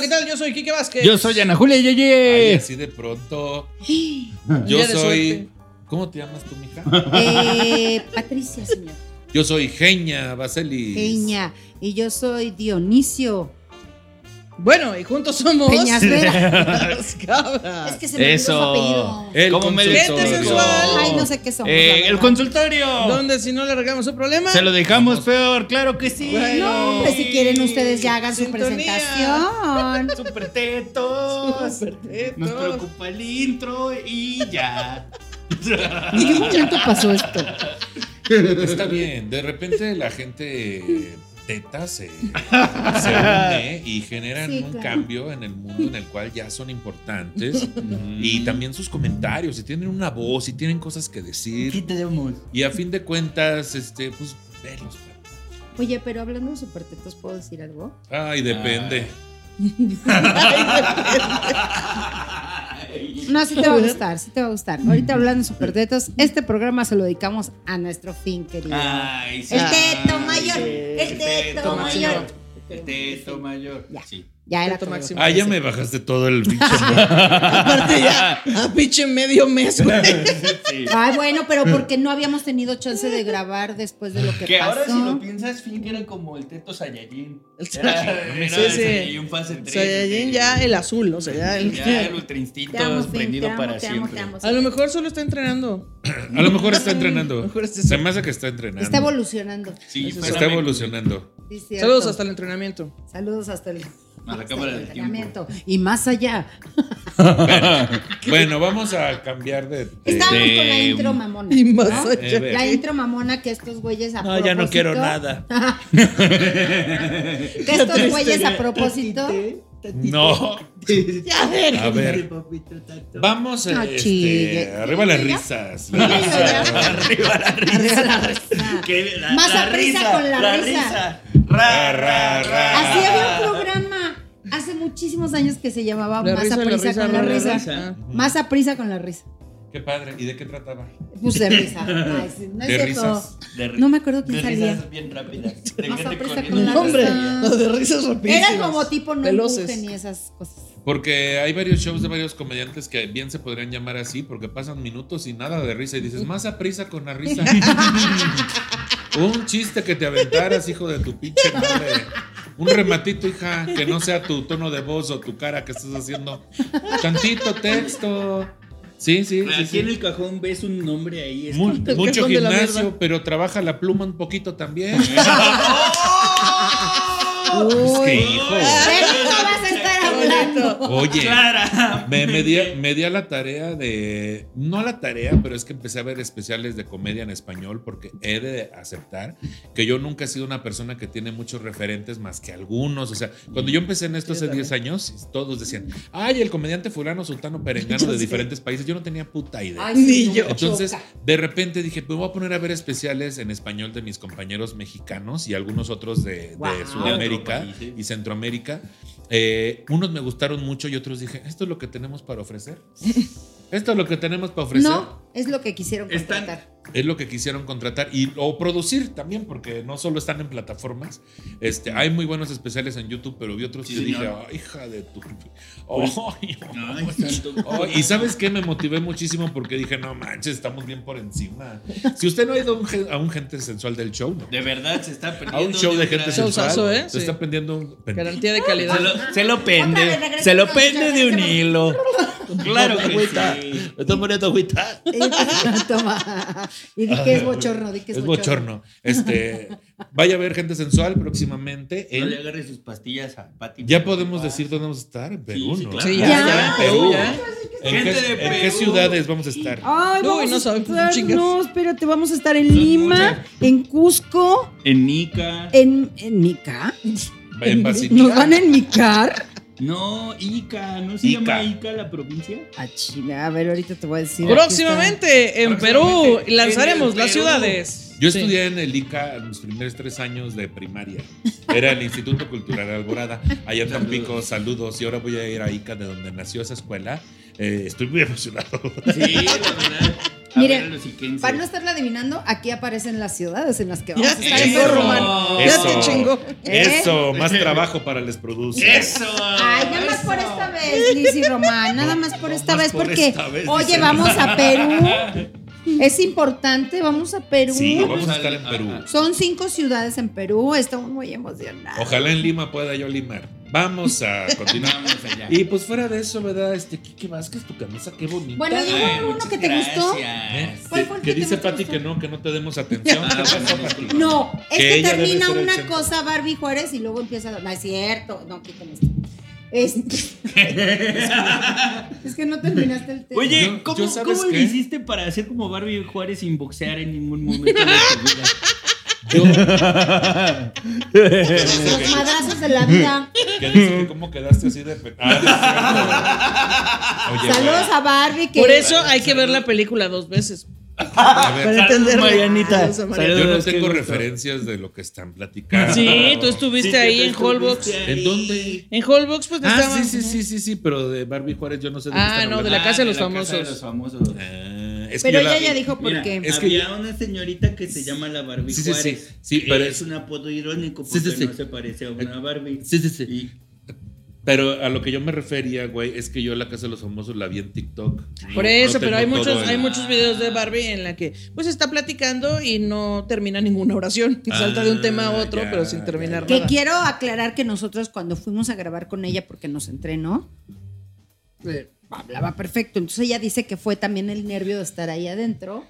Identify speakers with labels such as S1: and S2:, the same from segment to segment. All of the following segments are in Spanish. S1: ¿qué tal? Yo soy Kike Vázquez.
S2: Yo soy Ana Julia
S3: Ay,
S2: Yeye.
S3: así de pronto.
S1: Un
S3: Yo
S1: día de
S3: soy.
S1: suerte.
S3: ¿Cómo te llamas tú, mija?
S4: Eh, Patricia, señor.
S3: Yo soy Geña Baselis.
S4: Peña. Y yo soy Dionisio
S1: Bueno, y juntos somos.
S4: Peñas Vera.
S1: Las cabras.
S4: Es que se me olvidó su
S2: Eso.
S4: apellido.
S3: El
S2: Como me
S3: consultorio.
S1: Gente sensual.
S4: Ay, no sé qué somos. la
S2: Eh,
S4: verdad.
S2: el consultorio.
S1: Donde si no le regamos su problema.
S2: Se lo dejamos peor, claro que sí.
S1: Bueno.
S4: No, hombre, si quieren ustedes ya hagan su
S1: Sintonía.
S4: presentación.
S2: Super tetos.
S1: Perfecto.
S2: Nos preocupa el intro y ya.
S4: ¿En qué momento pasó esto?
S3: Está bien, de repente la gente teta se, se une y generan
S4: Sí,
S3: un
S4: claro.
S3: cambio en el mundo en el cual ya son importantes y también sus comentarios, si tienen una voz, si tienen cosas que decir
S2: tenemos?
S3: y a fin de cuentas, este, pues velos.
S4: Oye, pero hablando de supertetos, ¿puedo decir algo?
S3: Ay, depende.
S4: No, sí te va a gustar, sí te va a gustar. Ahorita hablando de supertetos, este programa se lo dedicamos a nuestro fin, querido.
S2: Ay, sí.
S4: El teto
S2: Ay,
S4: mayor,
S2: sí.
S4: Ah, el
S1: mayor.
S4: teto
S2: máximo, El teto mayor.
S4: Ya.
S2: Sí.
S4: ya era
S1: Teto
S4: todo.
S1: máximo.
S3: Ah, ya me bajaste todo el bicho.
S1: Aparte ya, a pinche medio mes, güey.
S2: Sí.
S4: Ay, bueno, pero
S1: Mm.
S4: porque no habíamos tenido chance de grabar después de lo que,
S2: Que
S4: pasó.
S2: ahora si lo piensas, Fink era como el teto Saiyajin.
S1: El
S2: Era,
S1: Saiyajin,
S2: era
S1: sí,
S2: el
S1: sí.
S2: Saiyajin fase 3.
S1: Saiyajin ya el azul, o sea, ya el...
S2: Ya el ultra instinto
S4: te amo, Finn,
S2: prendido
S4: te amo,
S2: para
S4: te amo,
S2: siempre.
S4: te amo.
S1: A lo mejor solo está entrenando.
S3: A lo mejor está entrenando.
S1: Mejor es eso.
S3: Se me hace que está entrenando.
S4: Está evolucionando.
S2: Sí,
S1: Eso
S3: Está
S2: fuérame.
S3: evolucionando.
S4: sí, es cierto.
S1: Saludos hasta el entrenamiento.
S4: Saludos hasta el.
S2: la
S4: hasta
S2: cámara
S4: el
S2: del
S4: entrenamiento. Y más allá.
S3: Bueno, vamos a cambiar de. de-
S4: Estábamos
S2: Este,
S4: con la intro mamona.
S1: Y
S4: ¿no?
S1: más allá.
S3: Eh,
S4: La intro mamona que estos güeyes a propósito. Que estos güeyes a propósito.
S3: No.
S1: Ya, ver.
S3: A ver. Vamos a
S4: No
S3: este,
S4: chille.
S3: arriba las
S4: Mira.
S3: risas.
S4: Mira,
S3: Las risas.
S4: mira.
S2: Arriba la
S4: Arriba
S2: risa.
S4: la risa.
S2: Que la-
S4: Más
S2: la
S4: aprisa con la risa.
S2: Ra, ra, ra.
S4: Así había un programa hace muchísimos años que se llamaba
S1: La
S4: Más
S1: risa,
S4: a
S1: la
S4: prisa
S1: risa,
S4: con la
S1: la
S4: risa.
S1: risa.
S4: Más a prisa con la risa.
S3: Qué padre. ¿Y de qué trataba?
S4: Puse risa. Ay, sí, no es
S3: De
S4: cierto.
S3: risas.
S2: De ri-
S4: No me acuerdo quién
S2: de
S4: salía.
S2: risas bien rápidas. De
S4: Más
S2: gente
S4: aprisa
S2: corriendo.
S4: con la
S1: No, hombre,
S4: risa.
S1: los de risas rapidísimas.
S4: Era como tipo no
S1: Veloces.
S4: empuje ni esas cosas.
S3: Porque hay varios shows de varios comediantes que bien se podrían llamar así, porque pasan minutos y nada de risa. Y dices, más a prisa con la risa. un chiste que te aventaras, hijo de tu pinche madre. Un rematito, hija, que no sea tu tono de voz o tu cara que estás haciendo. Tantito texto. Sí, sí. sí,
S2: Aquí
S3: sí.
S2: en el cajón ves un nombre ahí.
S3: Mu-
S2: escrito.
S1: El
S3: mucho
S1: cajón de la
S3: gimnasio,
S1: mierda.
S3: pero trabaja la pluma un poquito también.
S4: Uy.
S3: ¡Qué hijo!
S4: De eso no vas a estar hablando.
S3: Oye,
S2: Clara.
S3: me, me di, me di a la tarea de. No a la tarea, pero es que empecé a ver especiales de comedia en español porque he de aceptar que yo nunca he sido una persona que tiene muchos referentes más que algunos. O sea, cuando yo empecé en esto
S1: Sí,
S3: hace
S1: yo también.
S3: 10 años, todos decían: ¡Ay, el comediante Fulano, Sultano, Perengano
S1: Yo
S3: de
S1: sé.
S3: diferentes países! Yo no tenía puta idea.
S4: sí,
S1: Ni
S4: no
S1: yo.
S4: me
S3: Entonces,
S4: choca.
S3: de repente dije, "Pues, me voy a poner a ver especiales en español de mis compañeros mexicanos y algunos otros de, de
S4: Guau.
S3: Sudamérica
S2: De otro país, sí.
S3: y Centroamérica. Eh, unos me gustaron mucho y otros dije, esto es lo que tenemos para ofrecer. Esto es lo que tenemos para ofrecer.
S4: No, es lo que quisieron
S2: Están-
S4: contratar.
S3: Es lo que quisieron contratar y o producir también, porque no solo están en plataformas. Este, hay muy buenos especiales en YouTube, pero vi otros
S2: Sí,
S3: que dije,
S2: señor. Pues,
S3: "Ay, hija de tu. Ay,
S2: Ay, santo.
S3: Oh, y sabes qué me motivé muchísimo porque dije, no manches, estamos bien por encima. Si usted no ha ido a un, gen- a un gente sensual del show, no.
S2: De verdad se está perdiendo.
S3: A un show de gente
S2: gran-
S1: Show
S3: sensual,
S1: sazo, ¿eh? Sí.
S3: se está pendiendo un...
S1: Ah, Garantía de calidad.
S2: Se lo, se lo
S4: Otra vez,
S2: pende.
S4: regresa
S2: Se lo
S4: con
S2: pende de un
S4: chacrete.
S2: hilo. Claro que sí.
S3: Estoy poniendo agüita.
S4: Toma. Y di que es bochorno, di que es,
S3: Es bochorno. Este, vaya a ver gente sensual próximamente.
S2: No
S3: en-
S2: le agarre sus pastillas a Pati.
S3: ya podemos decir dónde vamos a estar. En Perú,
S2: sí,
S3: ¿no?
S2: claro.
S1: Sí, ya,
S4: Ya.
S1: ya, en Perú,
S3: Perú.
S1: ya.
S3: ¿En,
S2: Gente
S3: qué,
S2: de
S3: en qué
S2: Perú.
S3: ciudades vamos a estar?
S4: Ah.
S5: Ay,
S1: Uy,
S5: vamos
S1: no
S5: a
S1: sabemos,
S5: estar-
S1: chingas.
S5: No, espérate, vamos a estar en
S2: Son
S5: Lima,
S2: muchas.
S5: en Cusco,
S2: En Nica.
S4: Eh.
S5: en, en Mica.
S3: En Basichita.
S5: Nos van a enmicar.
S2: No, Ica. ¿No se
S3: Ica.
S2: llama Ica la provincia?
S5: A China, a ver, ahorita te voy a decir. aquí
S1: Próximamente en Perú
S2: Próximamente en
S1: lanzaremos
S2: el
S1: las
S2: Perú.
S1: ciudades.
S3: Yo
S1: Sí.
S3: estudié en el ICA en mis primeros tres años de primaria. Era el Instituto Cultural Alborada. Allá en Tampico, saludos. Y ahora voy a ir a ICA, de donde nació esa escuela. Eh, estoy muy emocionado.
S2: Sí, la verdad. A
S4: Mire,
S2: ver a los iquenses.
S4: Para no estarla adivinando, aquí aparecen las ciudades en las que vamos a estar en
S1: chingó,
S4: San
S2: Eso.
S4: Román.
S1: Ya
S3: Eso.
S1: te chingó.
S4: ¿Eh?
S3: Eso, más trabajo para les produce.
S2: ¡Eso!
S4: Ay, nada más
S2: Eso.
S4: por esta vez, Liz y Román, nada más por
S3: no
S4: esta
S3: más
S4: vez,
S3: por
S4: porque
S3: esta vez,
S4: oye,
S3: dice.
S4: vamos a Perú. Es importante, vamos a Perú.
S3: Sí,
S2: Perú.
S3: vamos a estar en Perú.
S4: Son cinco ciudades en Perú, estamos muy emocionados.
S3: Ojalá en Lima pueda yo limar. Vamos a continuar.
S2: Vamos allá.
S3: Y pues fuera de eso, ¿verdad? Este Kike Vázquez, tu camisa, qué bonita.
S4: Bueno,
S2: Ay,
S4: y hubo uno
S2: muchas
S4: que te gustó.
S3: ¿Eh?
S2: gracias.
S4: ¿Cuál fue el
S3: que
S4: que te
S3: dice
S4: gustó? pues,
S3: Pati que no, que no te demos atención.
S2: Ah,
S3: ¿Qué pasó,
S2: bueno,
S3: Pati?
S2: disculpa.
S4: No,
S3: Que
S4: es que,
S3: ella debe
S4: termina
S3: ser el
S4: una
S3: centro.
S4: cosa Barbie Juárez y luego empieza la. No, es cierto. No, quiten esto. Es, es que no terminaste el tema.
S2: Oye,
S3: Yo-
S2: ¿cómo,
S3: yo, ¿sabes
S2: cómo le
S3: qué?
S2: hiciste para hacer como Barbie Juárez sin boxear en ningún momento de tu vida?
S3: Yo,
S4: los madrazos de la vida.
S3: que dice que cómo quedaste así de. pe- Ah, no es cierto. Oye,
S4: Saludos a Barbie. Que
S1: Por eso hay que ver la película dos veces.
S3: a ver,
S1: Para entender.
S2: Marianita.
S3: yo no
S2: Saludos, qué
S3: tengo
S2: gusto.
S3: referencias de lo que están platicando.
S1: Sí, tú estuviste
S2: Sí,
S1: ahí
S2: tú
S1: en Holbox.
S2: estuviste ahí.
S3: ¿En dónde?
S1: En Holbox, pues
S3: Ah,
S1: estaban.
S3: sí, sí, sí, sí, sí, pero de Barbie Juárez yo no sé de qué
S1: Ah,
S3: están
S1: no, de
S3: hablando.
S1: la Casa de los
S2: Casa de
S1: Famosos.
S2: los famosos.
S3: Ah, es que
S4: Pero
S3: yo la-
S4: ella ya dijo por
S2: Mira,
S4: qué.
S3: Es que
S2: había una señorita que se llama la Barbie
S3: Sí, sí, sí.
S2: Juárez.
S3: Sí,
S2: que
S3: pero
S2: es
S3: es-
S2: un apodo irónico
S3: Sí,
S2: porque
S3: sí, sí.
S2: no se parece a una Barbie.
S3: Sí, sí, sí.
S2: Y-
S3: Pero a lo que yo me refería, güey, es que yo la Casa de los Famosos la vi en TikTok.
S1: Por
S3: No-
S1: eso,
S3: no
S1: pero hay
S3: tengo
S1: muchos,
S3: todo el-
S1: hay muchos videos de Barbie en la que pues está platicando y no termina ninguna oración.
S3: Ah,
S1: Salta de un tema a otro,
S3: ya,
S1: pero sin terminar
S3: ya,
S4: Que
S1: nada.
S4: quiero aclarar que nosotros cuando fuimos a grabar con ella porque nos entrenó, eh, hablaba perfecto. Entonces ella dice que fue también el nervio de estar ahí adentro.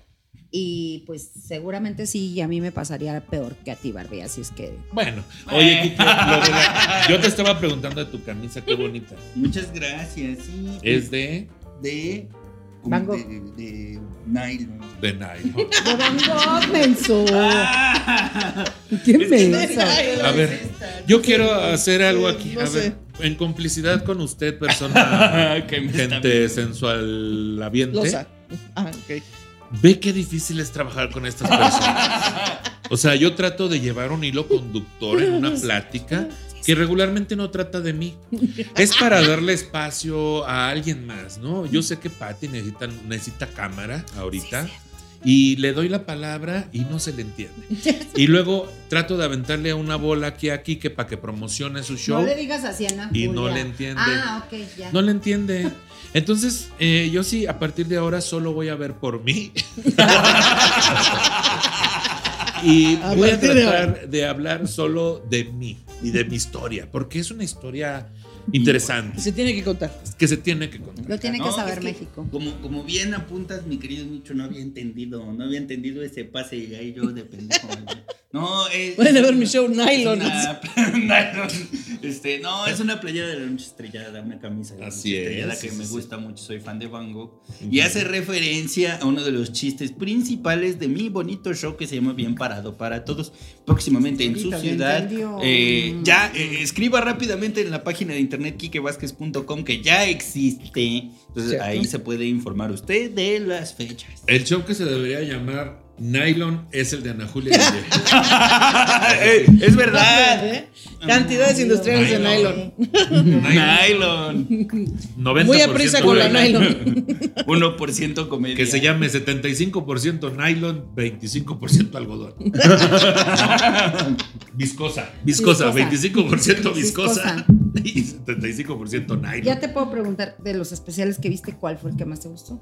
S4: Y pues seguramente sí, a mí me pasaría peor que a ti, Barbie. Así es que.
S3: Bueno, oye, Kike, lo de la- yo te estaba preguntando de tu camisa, qué bonita.
S2: Muchas gracias. Sí, pues,
S3: Es de,
S2: de.
S4: Van Gogh.
S2: de, de nylon.
S3: de nylon.
S5: ¿Qué
S2: Es que no
S5: mensa.
S2: sé,
S3: A ver,
S2: es esta,
S3: Yo
S2: no
S3: quiero
S2: sé.
S3: hacer algo
S1: no
S3: aquí. A
S1: sé.
S3: ver, en complicidad con usted, persona,
S2: Ah, Que me está
S3: gente
S2: viendo.
S3: sensual
S1: Losa. Ah, ok.
S3: ve qué difícil es trabajar con estas personas. O sea, yo trato de llevar un hilo conductor en una plática que regularmente no trata de mí. Es para darle espacio a alguien más, ¿no? Yo sé que Patty necesita, necesita cámara ahorita. y le doy la palabra y no se le entiende. Y luego trato de aventarle una bola aquí a Kike para que promocione su show.
S4: No le digas así, Ana.
S3: Y
S4: Julia.
S3: no le entiende.
S4: Ah, ok, ya.
S3: No le entiende. Entonces, eh, yo sí, a partir de ahora solo voy a ver por mí. y
S1: A
S3: voy a
S1: partir de
S3: tratar de hablar solo de mí y de mi historia, porque es una historia interesante
S1: Se tiene que contar.
S3: que se tiene que contar.
S4: Lo tiene que
S2: No,
S4: saber
S2: es que
S4: México.
S2: Como, como bien apuntas, mi querido Micho, no había entendido, no había entendido ese pase y ahí yo de pendejo. ¿verdad? No, es.
S1: Pueden
S2: es
S1: ver mi
S2: una-
S1: show Nylon.
S2: es una- nylon. Este, no, es una playera de la noche estrellada, una camisa de la
S3: Así
S2: noche
S3: es,
S2: estrellada
S3: sí,
S2: que
S3: sí,
S2: me
S3: sí.
S2: gusta mucho, soy fan de Van Gogh. Y hace referencia a uno de los chistes principales de mi bonito show que se llama Bien Parado para Todos. Próximamente en su
S4: Ahorita lo
S2: ciudad.
S4: entendió.
S2: Eh, ya eh, escriba rápidamente en la página de internet quiquevázquez.com que ya existe. Entonces
S1: Cierto.
S2: ahí se puede informar usted de las fechas.
S3: El show que se debería llamar Nylon es el de Ana Julia. Guille.
S2: Eh, es verdad.
S1: ¿Eh? Cantidades industriales de nylon.
S4: ¿eh?
S2: Nylon.
S3: 90%
S1: Muy aprisa con la
S3: nylon.
S1: nylon.
S2: 1% comedia.
S3: Que se llame 75% nylon, 25% algodón. viscosa, viscosa,
S4: Viscosa.
S3: 25% viscosa
S4: Viscosa.
S3: y 75% nylon.
S4: Ya te puedo preguntar de los especiales que viste, ¿cuál fue el que más te gustó?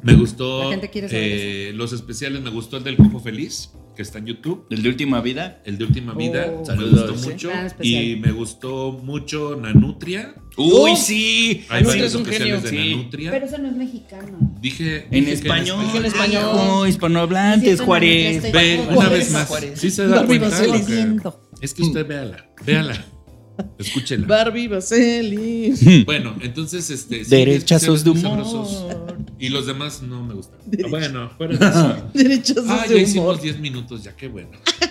S3: Me gustó
S4: La gente quiere saber
S3: eh, los especiales, me gustó el del Cojo Feliz, que está en YouTube.
S2: ¿El de última vida?
S3: El de última vida,
S4: Oh.
S3: me
S2: Saludos,
S3: gustó
S2: sí.
S3: mucho.
S4: Gran especial.
S3: Y me gustó mucho Nanutria.
S2: ¡Uy,
S1: Uh,
S2: sí!
S3: Hay
S1: Nanutria
S3: varios
S1: es un
S3: especiales
S1: genio.
S3: de
S2: Sí.
S3: Nanutria.
S4: Pero eso no es mexicano.
S3: Dije, dije
S2: En
S3: que
S2: español.
S1: En español.
S2: Hijo,
S4: Sí,
S2: hispanohablantes,
S4: sí,
S2: Juárez.
S4: estoy-
S3: Ve,
S4: Juárez.
S3: una vez más.
S2: Juárez.
S3: Sí se da
S1: Barbie
S3: cuenta.
S1: Vaselis.
S3: Lo que- es que usted véala, véala. Escúchela.
S1: Barbie Vaseli.
S3: Bueno, entonces este sí,
S2: Derechazos de
S3: muy
S2: humor.
S3: Y los demás no me gustan. Bueno, fuera de eso.
S1: Derechos
S3: Ah, ya
S1: de humor.
S3: hicimos 10 minutos, ya qué bueno.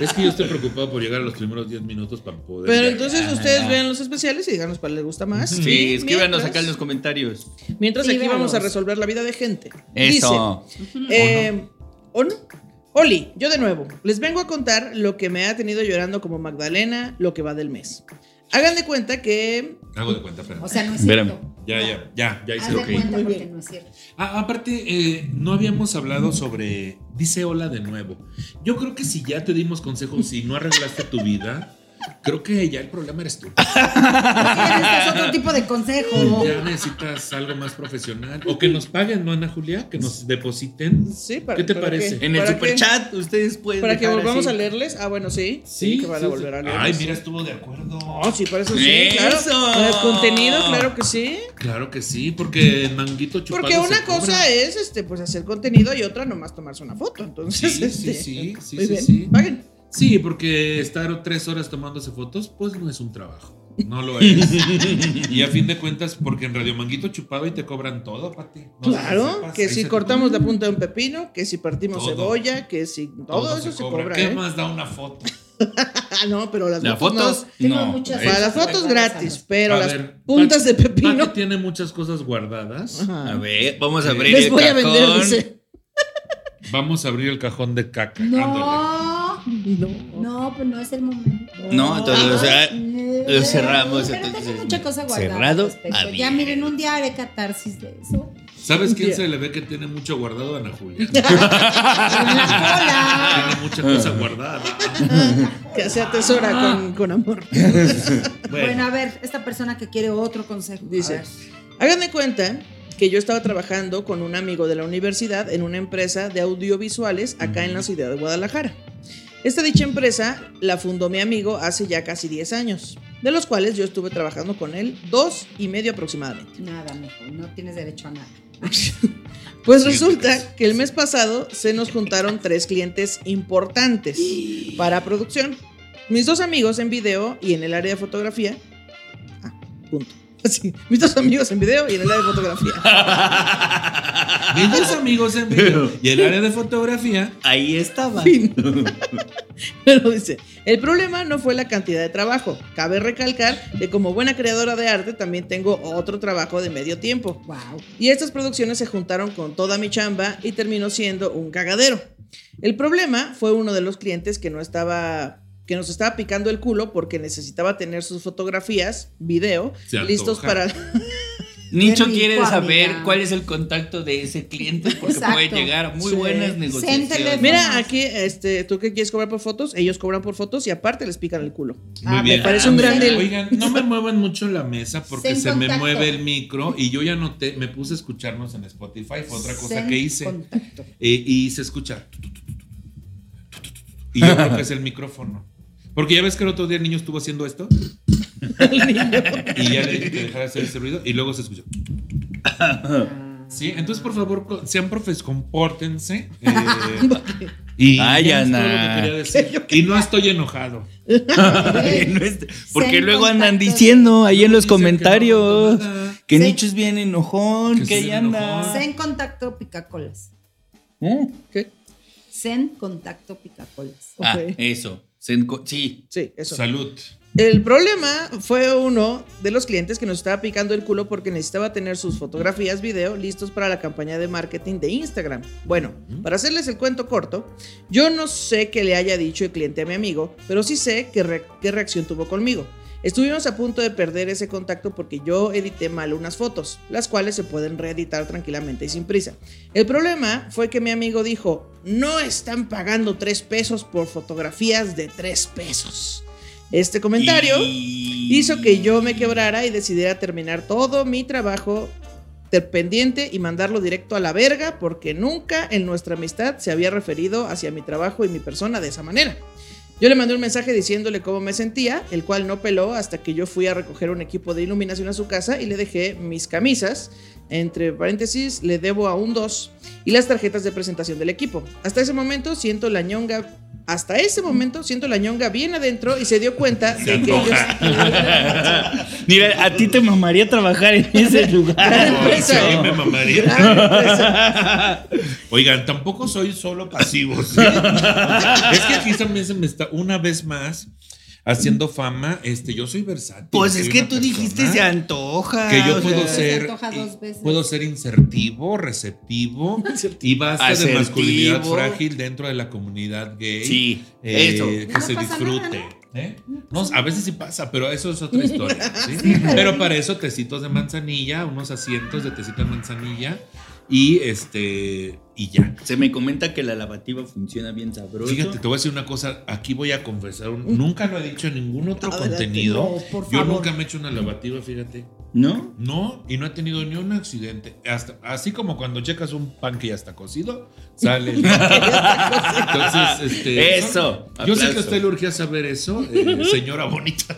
S3: es que yo estoy preocupado por llegar a los primeros 10 minutos para poder.
S1: Pero
S3: ver.
S1: entonces ustedes vean los especiales y díganos cuál les gusta más.
S2: Sí, escríbanos
S1: mientras-
S2: acá en los comentarios.
S1: Mientras
S4: Sí,
S1: aquí vamos a
S4: véanlos.
S1: resolver la vida de gente.
S2: Eso.
S1: Dice, eh, ¿o no? Oli, yo de nuevo, les vengo a contar lo que me ha tenido llorando como Magdalena lo que va del mes. Hagan de cuenta que
S3: Hago de cuenta, pero.
S4: O sea, no es
S2: Espérame.
S4: cierto.
S3: Ya, ya, ya, ya
S4: Haz
S3: hice
S4: de
S3: lo que
S4: cuenta
S1: Muy
S4: porque
S1: bien.
S4: no es cierto.
S3: Ah, aparte, eh, no habíamos hablado sobre. Dice hola de nuevo. Yo creo que si ya te dimos consejos y no arreglaste tu vida, creo que ya el problema eres tú.
S4: Este es otro tipo de consejo.
S3: Ya necesitas algo más profesional. O que nos paguen, ¿no, Ana Julia? Que nos depositen.
S1: Sí, para,
S3: ¿Qué te
S1: para
S3: parece?
S1: que-
S2: En el
S1: para que-
S2: superchat ustedes pueden.
S1: Para que
S2: dejar
S1: volvamos
S2: así.
S1: a leerles. Ah, bueno, sí. Sí, que van a volver a Ah. leerles.
S3: Ay, mira, estuvo de acuerdo.
S1: No, sí, para eso sí. Claro.
S2: ¡Eso!
S1: Para el contenido, claro que sí.
S3: Claro que sí, porque el manguito chupado.
S1: Porque
S3: se
S1: una
S3: cobra.
S1: cosa es este, pues hacer contenido y otra nomás tomarse una foto. Entonces,
S3: Sí, sí,
S1: este,
S3: sí, sí,
S1: muy
S3: sí,
S1: bien.
S3: sí.
S1: Paguen.
S3: Sí, porque estar tres horas tomándose fotos, pues no es un trabajo. No lo es. y a fin de cuentas, porque en Radio Manguito chupado y te cobran todo, Pati. No sé
S1: claro,
S3: sepas,
S1: que
S3: ahí
S1: si
S3: se
S1: cortamos
S3: cobra.
S1: la punta de un pepino, que si partimos
S3: Todo.
S1: cebolla, que si todo, eso se cobra.
S3: ¿Qué
S1: ¿eh?
S3: más da una foto?
S1: Ah, no, pero las
S2: ¿Las
S1: fotos. no.
S2: fotos?
S4: Tengo
S2: No.
S4: muchas-
S1: Para las fotos gratis, pero
S3: A
S1: las
S3: ver,
S1: puntas de
S3: Pati-
S1: pepino.
S3: Pati tiene muchas cosas guardadas.
S1: Ajá.
S2: A ver, vamos a abrir.
S1: Les
S2: el
S1: voy a vender,
S2: cajón.
S1: dice.
S3: Vamos a abrir el cajón de caca. ándale.
S4: No,
S1: No.
S4: no, pues no es el momento.
S2: No, entonces, o sea,
S4: No.
S2: lo cerramos,
S4: Pero
S2: entonces,
S4: tengo mucha cosa guardada al
S2: cerrado,
S4: respecto. Ya
S2: abierto.
S4: miren, un día haré catarsis de eso.
S3: ¿Sabes quién
S1: Ya.
S3: se le ve que tiene mucho guardado? Ana Julia.
S4: Hola.
S3: tiene mucha cosa guardada.
S1: Que se atesora con, con amor.
S4: Bueno. a ver, esta persona que quiere otro consejo.
S1: Dice.
S4: A ver.
S1: Háganme cuenta que yo estaba trabajando con un amigo de la universidad en una empresa de audiovisuales acá en la ciudad de Guadalajara. Esta dicha empresa la fundó mi amigo hace ya casi 10 años, de los cuales yo estuve trabajando con él dos y medio aproximadamente.
S4: Nada, mijo, no tienes derecho a nada.
S1: Pues resulta que el mes pasado se nos juntaron tres clientes importantes para producción. Mis dos amigos en video y en el área de fotografía. Ah, punto. Así, mis dos amigos en video y en el área de fotografía.
S3: Mis dos amigos en video y el área de fotografía.
S2: Ahí estaba.
S1: Fin. Pero dice, el problema no fue la cantidad de trabajo. Cabe recalcar que como buena creadora de arte también tengo otro trabajo de medio tiempo.
S4: Wow.
S1: Y estas producciones se juntaron con toda mi chamba y terminó siendo un cagadero. El problema fue uno de los clientes que no estaba que nos estaba picando el culo porque necesitaba tener sus fotografías, video,
S3: Se antoja.
S1: listos para
S2: Nicho
S4: rico,
S2: quiere saber
S4: amiga.
S2: cuál es el contacto de ese cliente porque
S4: Exacto.
S2: puede llegar a muy
S1: Sí.
S2: buenas negociaciones.
S4: teléfono.
S1: Mira, aquí este, tú que quieres cobrar por fotos, ellos cobran por fotos y aparte les pican el culo.
S3: Muy
S4: Ah,
S3: bien.
S1: me parece un
S4: gran
S1: grande-
S3: Oigan, no me muevan mucho la mesa porque
S4: Sen
S3: se me
S4: contacto.
S3: mueve el micro y yo ya noté, me puse a escucharnos en Spotify, fue otra cosa
S4: Sen
S3: que hice.
S4: contacto.
S3: Eh, y se escucha. tu, tu, tu, tu, tu, tu, tu, tu, tu. Y yo creo que es el micrófono. Porque ya ves que el otro día el niño estuvo haciendo esto
S1: El niño.
S3: y ya le dije que dejara hacer ese ruido y luego se escuchó. Sí, entonces por favor, co- sean profes, compórtense. eh, y
S2: Ay,
S3: ya es todo lo que
S2: Ana.
S3: quería decir. Y no estoy enojado.
S2: Porque no es- Porque
S4: Sen
S2: luego andan
S4: contacto.
S2: diciendo ahí en los
S3: Dicen que no
S2: comentarios
S3: aguanto nada.
S2: que
S4: Sen-
S2: Nicho es bien enojón,
S3: Que
S2: que
S3: es
S2: ahí
S3: bien enojón.
S2: anda.
S4: Sen contacto picacolas.
S2: ¿Eh?
S1: ¿Qué?
S4: Sen contacto picacolas.
S2: Ah,
S1: Ok.
S2: eso. Sen co- sí.
S1: Sí, eso.
S3: Salud.
S1: El problema fue uno de los clientes que nos estaba picando el culo porque necesitaba tener sus fotografías, video listos para la campaña de marketing de Instagram. Bueno, para hacerles el cuento corto, yo no sé qué le haya dicho el cliente a mi amigo, pero sí sé qué, re- qué reacción tuvo conmigo. Estuvimos a punto de perder ese contacto porque yo edité mal unas fotos, las cuales se pueden reeditar tranquilamente y sin prisa. El problema fue que mi amigo dijo, no están pagando tres pesos por fotografías de tres pesos. Este comentario
S2: Y-
S1: hizo que yo me quebrara y decidiera terminar todo mi trabajo ter- pendiente y mandarlo directo a la verga porque nunca en nuestra amistad se había referido hacia mi trabajo y mi persona de esa manera. Yo le mandé un mensaje diciéndole cómo me sentía, el cual no peló hasta que yo fui a recoger un equipo de iluminación a su casa y le dejé mis camisas, entre paréntesis, le debo a un 2, y las tarjetas de presentación del equipo. Hasta ese momento siento la ñonga, hasta ese momento siento la ñonga bien adentro y se dio cuenta de que ellos...
S2: Mira, a ti te mamaría trabajar en ese lugar.
S1: Gran empresa,
S3: Sí,
S1: ¿eh?
S3: me mamaría.
S1: Gran empresa.
S3: Oigan, tampoco soy solo pasivo. ¿sí? es que aquí también se me está una vez más haciendo fama. Este, yo soy versátil.
S2: Pues
S3: soy
S2: es que
S3: una
S2: tú dijiste se
S3: persona
S2: antoja.
S3: que yo
S2: o
S3: puedo
S2: sea,
S4: Se
S3: ser
S4: antoja dos
S3: y-
S4: veces.
S3: puedo ser insertivo, receptivo y basta de
S2: Asertivo.
S3: masculinidad frágil dentro de la comunidad gay.
S2: Sí,
S3: eh,
S2: eso.
S3: que
S4: No
S3: se
S4: pasa
S3: disfrute.
S4: nada,
S3: ¿Eh? No, a veces sí pasa, pero eso es otra historia. ¿sí? Pero para eso, tecitos de manzanilla, unos asientos de tecito de manzanilla y este y ya.
S2: Se me comenta que la lavativa funciona bien sabroso.
S3: Fíjate, te voy a decir una cosa, aquí voy a confesar, un- nunca lo he dicho en ningún otro
S1: Adelante,
S3: contenido.
S4: no, por
S3: Yo
S4: favor.
S3: nunca me he hecho una lavativa, fíjate.
S2: ¿No?
S3: No, y no he tenido ni un accidente. Hasta, así como cuando checas un pan que ya está cocido, sale. el- Entonces, este,
S2: Eso,
S3: son- Yo sé que a
S2: aplauso.
S3: usted le urgía saber eso, eh, señora bonita.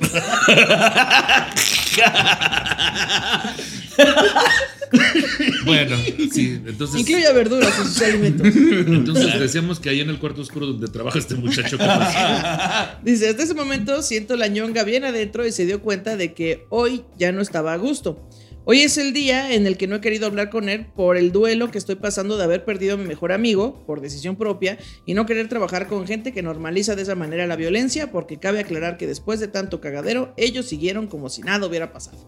S3: bueno, sí, entonces.
S1: Incluya verduras en sus alimentos.
S3: Entonces decíamos que ahí en el cuarto oscuro donde trabaja este muchacho. ¿qué pasó?
S1: Dice, hasta ese momento siento la ñonga bien adentro y se dio cuenta de que hoy ya no estaba a gusto. Hoy es el día en el que no he querido hablar con él por el duelo que estoy pasando de haber perdido a mi mejor amigo por decisión propia y no querer trabajar con gente que normaliza de esa manera la violencia porque cabe aclarar que después de tanto cagadero ellos siguieron como si nada hubiera pasado.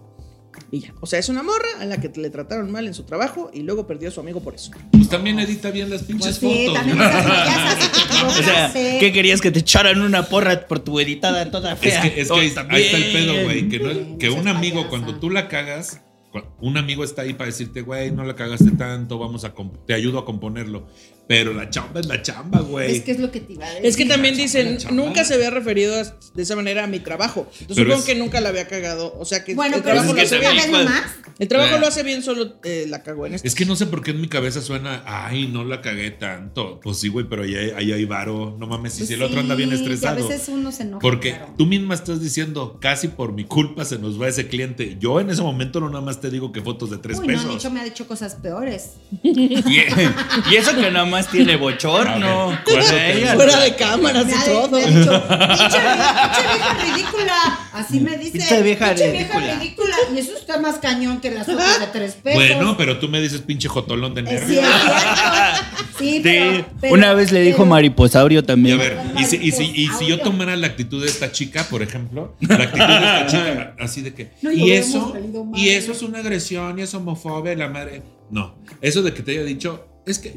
S1: Y ya, o sea, es una morra a la que le trataron mal en su trabajo y luego perdió a su amigo por eso.
S3: Pues también edita bien las
S4: Pues
S3: pinches
S4: sí,
S3: fotos.
S4: también esas bellezas que te
S2: O sea,
S4: equivocaste.
S2: ¿qué querías que te echaran una porra por tu editada toda
S3: Es
S2: fea?
S3: que, es que ahí, ahí está el pedo, güey. Que, no-
S4: Bien,
S3: que
S4: no
S3: un
S4: seas
S3: amigo,
S4: payasa.
S3: cuando tú la cagas, cu- un amigo está ahí para decirte, güey, no la cagaste tanto, vamos a comp- te ayudo a componerlo. Pero la chamba es la chamba, güey.
S4: Es que es lo que te iba a decir.
S1: Es que también dicen,
S3: la chamba.
S1: nunca se había referido a- de esa manera a mi trabajo. Yo
S3: Pero
S1: supongo
S3: es-
S1: que nunca la había cagado. O sea que
S4: bueno,
S1: el
S4: pero
S1: trabajo,
S4: si
S2: Pues
S1: lo hace,
S2: es
S4: es una
S2: que
S1: bien.
S4: vez
S2: también-
S4: más,
S1: el trabajo
S2: Ah.
S1: lo hace bien, solo eh, la cagó en esto.
S3: Es que no sé por qué en mi cabeza suena, ay, no la cagué tanto. Pues sí, güey, pero ahí, hay- ahí hay varo. No mames, y
S4: pues
S3: si el otro anda bien
S4: sí, y
S3: estresado.
S4: A veces uno se enoja.
S3: Porque
S4: claro.
S3: tú misma estás diciendo, casi por mi culpa se nos va ese cliente. Yo en ese momento no nada más te digo que fotos de tres
S4: Uy,
S3: pesos.
S4: no, Nicho me ha dicho cosas peores.
S2: Y, y eso que nada más tiene bochorno.
S3: A ver, ¿cuándo
S2: A ella-
S3: te-
S1: Fuera de cámaras
S4: Me
S1: y
S4: ha,
S1: todo.
S4: me ha dicho, pinche vie- pinche vieja ridícula. Así me dice.
S2: Pinche vieja
S4: "Pinche
S2: ridícula".
S4: ridícula. Y eso está más cañón que las otras de tres pesos.
S3: Bueno, pero tú me dices pinche jotolón de
S4: Eh,
S3: nervios.
S4: sí, es cierto. Sí,
S2: Sí,
S4: pero, pero-
S2: una vez le dijo
S4: pero-
S2: mariposaurio
S3: Y a
S2: también.
S3: ver, y si, y si- y si yo tomara la actitud de esta chica, por ejemplo, la actitud de esta chica, así de que,
S4: No, y
S3: y
S4: hubiéramos
S3: eso,
S4: valido madre.
S3: y eso es una agresión y es homofobia, la madre. No, eso de que te haya dicho, es que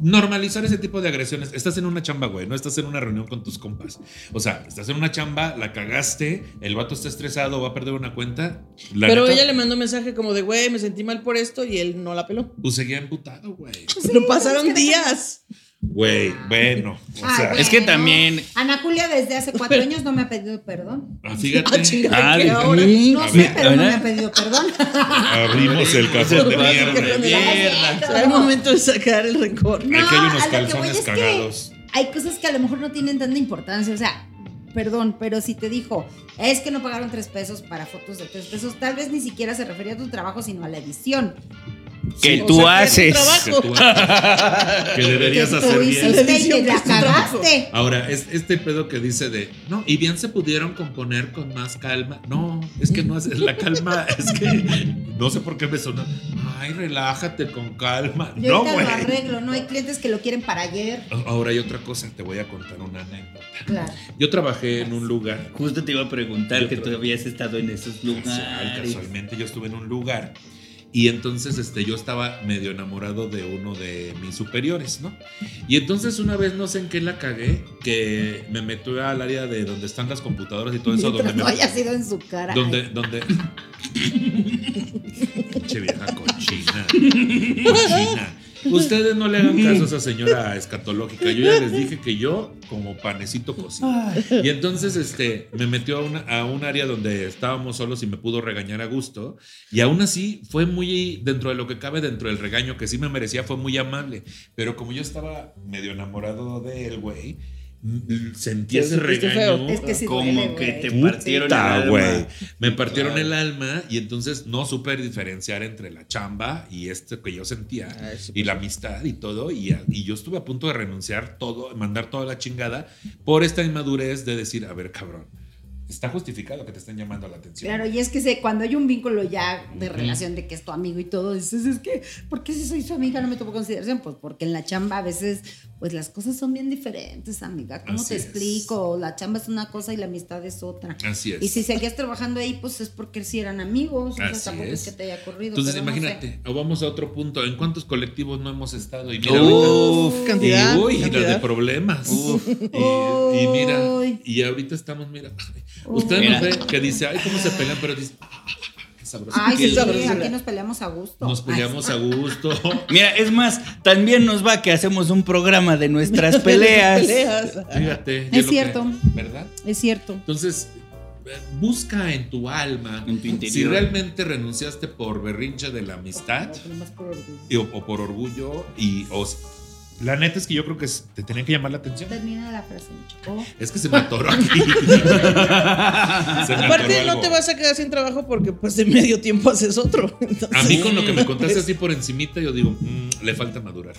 S3: normalizar ese tipo de agresiones, estás en una chamba, güey, no estás en una reunión con tus compas. O sea, estás en una chamba, la cagaste, el vato está estresado, va a perder una cuenta. La
S1: Pero
S3: neta,
S1: ella le mandó un mensaje como de, güey, me sentí mal por esto y él no la peló.
S3: pues seguía emputado, güey.
S4: Pues sí,
S1: Pero
S4: pues
S1: pasaron
S4: es que-
S1: días.
S3: Güey, bueno, o
S4: Ay,
S3: sea,
S2: Es que también-
S4: Ana Julia desde hace cuatro años no me ha pedido perdón.
S3: ah,
S1: Ah,
S3: fíjate.
S1: chinga.
S2: Ah,
S1: ¿qué
S2: de-
S1: ahora?
S4: No
S3: A
S4: sé,
S3: ver,
S4: pero no me
S2: ¿verdad?
S4: ha pedido perdón.
S3: Abrimos el cajón de
S2: mierda.
S3: mierda.
S1: O sea, Era el momento de sacar el rencor.
S4: No,
S3: Aquí hay unos
S4: a lo que voy
S3: calzones
S4: es que-
S3: cagados.
S4: Hay cosas que a lo mejor no tienen tanta importancia. O sea, perdón, pero si te dijo, es que no pagaron tres pesos para fotos de tres pesos, tal vez ni siquiera se refería a tu trabajo, sino a la edición.
S2: que
S1: O
S2: tú
S1: sea, que tu
S2: haces.
S1: trabajo.
S3: que, tú- que deberías
S4: Que tú
S3: hacer bien.
S4: hiciste
S1: La
S4: y
S1: edición que
S4: la
S1: es tu trabajo.
S4: cagaste.
S3: Ahora, es este pedo que dice de, no, y bien se pudieron componer con más calma. No, es que no es la calma, es que no sé por qué me sonó. Ay, relájate con calma.
S4: Yo
S3: No,
S4: ahorita
S3: güey.
S4: lo arreglo, ¿no? Hay clientes que lo quieren para ayer.
S3: Ahora hay otra cosa, te voy a contar una anécdota.
S4: Claro.
S3: Yo trabajé en un lugar
S2: Justo te iba a preguntar
S3: Yo
S2: que
S3: creo-
S2: tú habías estado en esos
S3: Casual,
S2: lugares.
S3: ah, casualmente yo estuve en un lugar y entonces este, yo estaba medio enamorado de uno de mis superiores, ¿no? Y entonces una vez no sé en qué la cagué, que me metí al área de donde están las computadoras y todo eso, donde
S4: Mientras
S3: me...
S4: no haya sido en su cara.
S3: Donde, donde... che vieja cochina. Cochina. Ustedes no le hagan caso a esa señora escatológica. Yo ya les dije que yo como panecito cocido. Y entonces este, me metió a, una- a un área donde estábamos solos y me pudo regañar a gusto. Y aún así fue muy, dentro de lo que cabe, dentro del regaño que sí me merecía, fue muy amable. Pero como yo estaba medio enamorado de él, güey, m- sentí
S1: Te
S3: ese
S1: sentiste
S3: regaño.
S1: feo.
S4: Es que sí
S2: como
S4: duele,
S2: que
S4: güey.
S2: te
S3: Puta,
S2: partieron el alma.
S3: güey. Me partieron
S2: Claro.
S3: el alma y entonces no supe diferenciar entre la chamba y esto que yo sentía
S1: Ah, sí,
S3: y la amistad y todo. Y, y yo estuve a punto de renunciar todo, mandar toda la chingada por esta inmadurez de decir, a ver, cabrón. está justificado que te estén llamando la atención.
S4: Claro, y es que se- cuando hay un vínculo ya de relación de que es tu amigo y todo, dices, es que, ¿por qué si soy su amiga no me tomo consideración? Pues porque en la chamba a veces, pues las cosas son bien diferentes, amiga. ¿Cómo
S3: Así
S4: te
S3: es.
S4: explico? La chamba es una cosa y la amistad es otra.
S3: Así es.
S4: Y si seguías trabajando ahí, pues es porque si eran amigos, o sea,
S3: Así
S4: tampoco es.
S3: es.
S4: que te haya corrido.
S3: Entonces
S4: pero no sé.
S3: imagínate, o vamos a otro punto. ¿En cuántos colectivos no hemos estado? Y mira, ahorita-
S2: Uf,
S1: Cantidad.
S3: y, uy, y
S1: cantidad.
S3: los de problemas.
S2: Uf.
S3: Y, y mira,
S4: Uy.
S3: y ahorita estamos, mira. ay,
S4: Uy.
S3: Usted
S2: Mira.
S3: nos ve que dice, ay, cómo se pelean, pero dice, "Ah, qué sabroso.
S4: Ay,
S1: Qué
S4: sí,
S1: sabroso.
S4: aquí nos peleamos a gusto.
S3: Nos peleamos
S1: Ah,
S3: a gusto.
S2: Mira, es más, también nos va que hacemos un programa de nuestras peleas.
S1: Peleas.
S3: Fíjate. ya
S4: Es
S3: lo
S4: cierto.
S3: ¿Verdad?
S4: Ay, es cierto.
S3: Entonces, eh, busca en tu alma
S2: En tu interior.
S3: si realmente renunciaste por berrinche de la amistad y- o, o por orgullo y o s- la neta es que yo creo que s- te tenían que llamar la atención.
S4: Termina la frase, Micho.
S3: Es que se me atoró aquí. Se me
S1: Aparte
S3: atoró
S1: no
S3: algo.
S1: te vas a quedar sin trabajo porque pues de medio tiempo haces otro. Entonces,
S3: A mí con lo que me contaste así por encimita yo digo, "Mm, le falta madurar.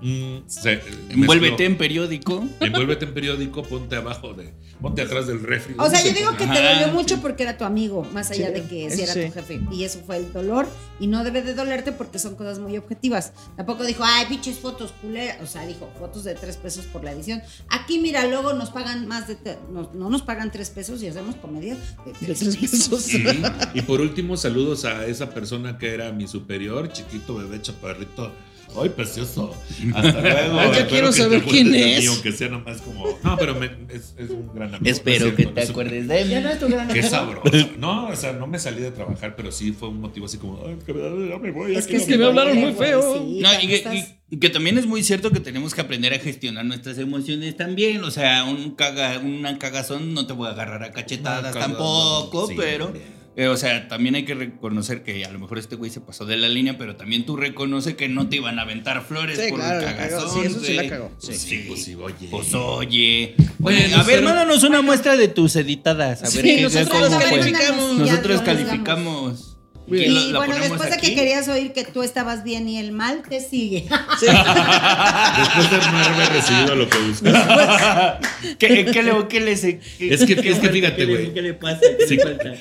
S3: Mm, se- eh,
S2: Envuélvete
S3: mezcló.
S2: en periódico.
S3: Envuélvete en periódico, ponte abajo de, ponte atrás del refri.
S4: O sea, yo digo que te
S2: Ajá,
S4: dolió
S2: sí.
S4: mucho porque era tu amigo, más allá
S1: Sí,
S4: de que
S1: eso
S4: si era
S1: sí.
S4: tu jefe. Y eso fue el dolor. Y no debe de dolerte porque son cosas muy objetivas. Tampoco dijo, ay, pinches fotos culeras. O sea, dijo, fotos de tres pesos por la edición. Aquí, mira, luego nos pagan más de. te- no, no nos pagan tres pesos y hacemos comedia de
S1: De
S4: tres
S1: tres
S4: pesos.
S1: pesos.
S3: Y, y por último, saludos a esa persona que era mi superior, chiquito bebé chaparrito. Ay, precioso. Hasta luego.
S2: Ay, ya
S3: Espero
S1: quiero
S3: que te
S1: saber
S3: acuerdes
S1: quién
S3: de mí,
S1: es.
S3: aunque sea nomás como. No, pero me- es, es un gran amigo.
S2: Espero
S3: no es
S2: que te
S3: cierto, no es un-
S2: acuerdes de mí.
S4: Ya no es tu gran
S3: Qué
S4: amigo.
S3: sabroso. No, o sea, no me salí de trabajar, pero sí fue un motivo así como. Ay, que me- ya me voy. ya quiero
S1: que
S3: mi
S1: me
S3: novia".
S1: hablaron muy
S4: güey,
S1: feo.
S4: sí,
S2: No, y
S4: cuando
S2: que,
S4: estás-
S2: y- y que también es muy cierto que tenemos que aprender a gestionar nuestras emociones también. O sea, un caga, una cagazón no te voy a agarrar a cachetadas
S3: Una cagazón,
S2: tampoco,
S3: sí,
S2: pero.
S3: hombre.
S2: eh, o sea, también hay que reconocer que a lo mejor este güey se pasó de la línea, pero también tú reconoce que no te iban a aventar flores
S1: Sí,
S2: por
S1: claro,
S2: un
S1: la cagó.
S2: cagazón.
S1: Sí, eso sí la
S2: güey.
S1: cagó.
S3: Pues sí, pues sí, oye.
S2: Pues oye.
S3: Oye,
S2: Oye, a ver,
S3: pero-
S2: mándanos una muestra de tus editadas. A ver
S1: Sí,
S2: qué-
S1: nosotros
S2: cómo
S1: las
S2: fue.
S1: calificamos.
S4: Ya
S2: Nosotros
S4: lo
S2: calificamos.
S1: Bien.
S2: ¿Quién lo-
S4: Y
S2: la
S4: bueno,
S2: ponemos
S4: después de
S2: aquí?
S4: que querías oír que tú estabas bien y el mal, te sigue.
S1: Sí.
S3: Después de no haber recibido lo que buscaba.
S2: ¿Qué, eh, qué le, qué les-
S3: Es que- es que
S2: le-
S3: fíjate,
S2: qué le-
S3: güey.
S2: ¿Qué le pasa? ¿Qué le falta?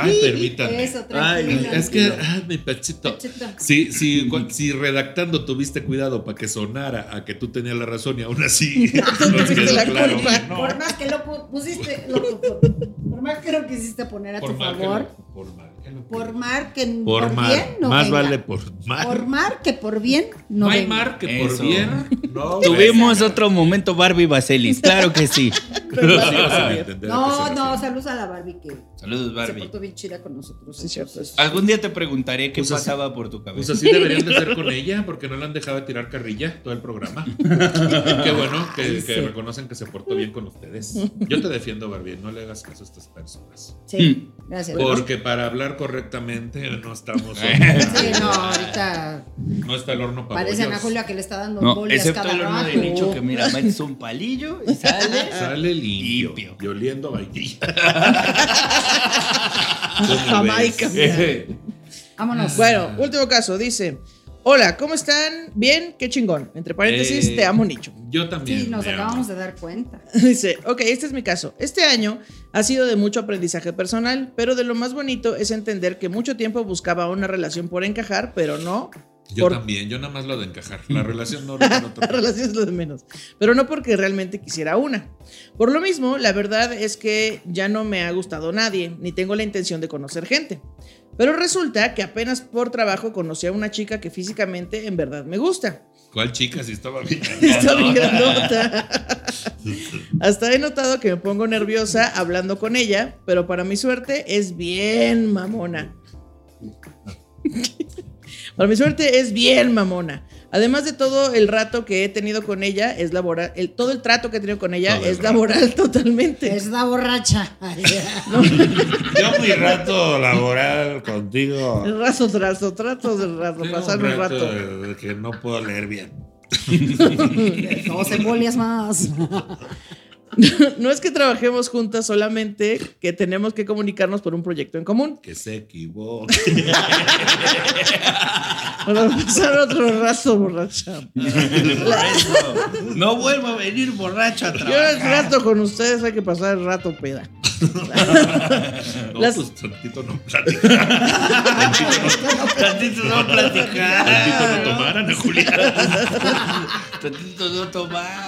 S3: Ay, permítanme.
S4: Eso,
S2: Ay,
S4: tranquilo.
S3: Es que, ay, mi pachito.
S4: Pachito.
S3: Sí, sí, cu- si redactando tuviste cuidado para que sonara a que tú tenías la razón y aún así nos
S1: tuviste
S3: quedó
S1: la
S3: claro.
S1: culpa.
S3: no,
S4: Por más que lo pu- pusiste, lo pu- pu- por más que lo quisiste poner a
S3: por
S4: tu
S3: mal que
S4: favor,
S3: lo- por mal que lo-
S4: por mar que
S3: Por mal,
S4: bien no
S3: más
S4: venga.
S3: vale por mal.
S4: Por mar que por bien no
S3: no hay
S4: venga.
S3: mar que
S2: Eso.
S3: por bien. No,
S2: Tuvimos otro momento Barbie Vaselis, claro que sí.
S1: Pero
S3: Sí,
S1: la-
S3: o sea, me entenderá que
S4: No,
S3: se
S4: no,
S3: refiere.
S4: saludos a la Barbie que
S2: Saludos,
S4: se
S2: Barbie.
S4: portó bien chida con nosotros.
S1: Sí, cierto.
S4: entonces.
S2: Algún día te preguntaré qué
S3: Pues así-
S2: pasaba por tu
S3: Pues
S2: cabeza.
S3: así deberían de ser con ella, porque no le han dejado tirar carrilla todo el programa. Qué bueno que, que reconocen que se portó bien con ustedes. Yo te defiendo, Barbie, no le hagas caso a estas personas.
S4: Sí,
S2: Mm.
S4: gracias.
S3: Porque para hablar correctamente no estamos.
S4: Sí, no, ahorita
S3: No está el horno para
S4: parece a Ana
S3: bollos.
S4: Julia que le está dando
S2: No,
S4: bolias
S2: excepto
S4: cada
S2: el horno de
S4: rato.
S2: nicho que mira, es un palillo y sale.
S3: Sale limpio,
S2: Limpio.
S3: y oliendo a vainilla.
S1: Jamaica.
S4: Vámonos.
S1: Bueno, último caso, dice. Hola, ¿cómo están? Bien, qué chingón. Entre paréntesis,
S3: Eh,
S1: te amo, Nicho.
S3: Yo también.
S4: Sí, nos
S3: me amo.
S4: acabamos de dar cuenta.
S1: Dice, ok, este es mi caso. Este año ha sido de mucho aprendizaje personal, pero de lo más bonito es entender que mucho tiempo buscaba una relación por encajar, pero no
S3: Yo
S1: por
S3: también, yo nada más lo de encajar. La relación no, no, no,
S1: La relación es lo de menos. Pero no porque realmente quisiera una. Por lo mismo, la verdad es que ya no me ha gustado nadie, ni tengo la intención de conocer gente. Pero resulta que apenas por trabajo conocí a una chica que físicamente en verdad me gusta.
S3: ¿Cuál chica? Si estaba bien.
S1: Está bien grandota. Hasta he notado que me pongo nerviosa hablando con ella, pero para mi suerte es bien mamona. Para mi suerte es bien mamona. Además de todo el rato que he tenido con ella es laboral, el, todo el trato que he tenido con ella
S3: Todo el
S1: es
S3: rato.
S1: laboral totalmente.
S4: Es la borracha. Ay,
S3: Yo mi rato laboral contigo.
S1: Raso, trazo, trato de rato,
S3: Tengo
S1: pasar un rato.
S3: de que no puedo leer bien.
S4: Dos embolias más.
S1: No es que trabajemos juntas solamente, que tenemos que comunicarnos por un proyecto en común.
S3: Que se equivoque.
S1: Para pasar otro rato borracha.
S2: Borracho. No vuelvo a venir borracho a
S1: Yo el
S2: trabajar.
S1: rato con ustedes hay que pasar el rato peda.
S3: No,
S1: Las-
S3: pues tantito no platicar.
S2: Tantito no platicar.
S3: Tantito no tomar, Ana Julia.
S2: Tantito no tomar.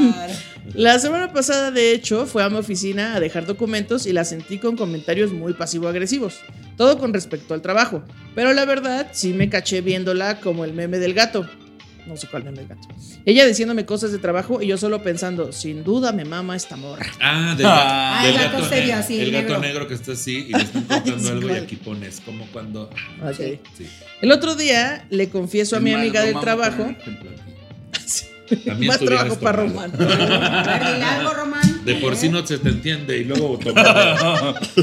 S1: La semana pasada, de hecho, fue a mi oficina a dejar documentos y la sentí con comentarios muy pasivo-agresivos. Todo con respecto al trabajo. Pero la verdad, sí me caché viéndola como el meme del gato. No sé cuál meme del gato. Ella diciéndome cosas de trabajo y yo solo pensando, sin duda me mama esta morra.
S3: Ah, del gato.
S2: Ah,
S3: del
S4: el gato serio,
S3: negro.
S4: así,
S3: El gato
S4: negro.
S3: negro que está así y le están contando
S1: Sí,
S3: algo y
S1: claro.
S3: aquí pones como cuando.
S1: Ok.
S3: Sí.
S1: El otro día le confieso a mi
S2: Mal,
S1: amiga
S2: no
S1: del
S2: vamos
S1: trabajo.
S2: con el ejemplo aquí.
S3: También
S1: Más
S3: tú vienes
S1: trabajo para
S3: tomando.
S1: Román. ¿Eh?
S4: A ver, dile algo, Román.
S3: De por sí no se te entiende y luego tomando.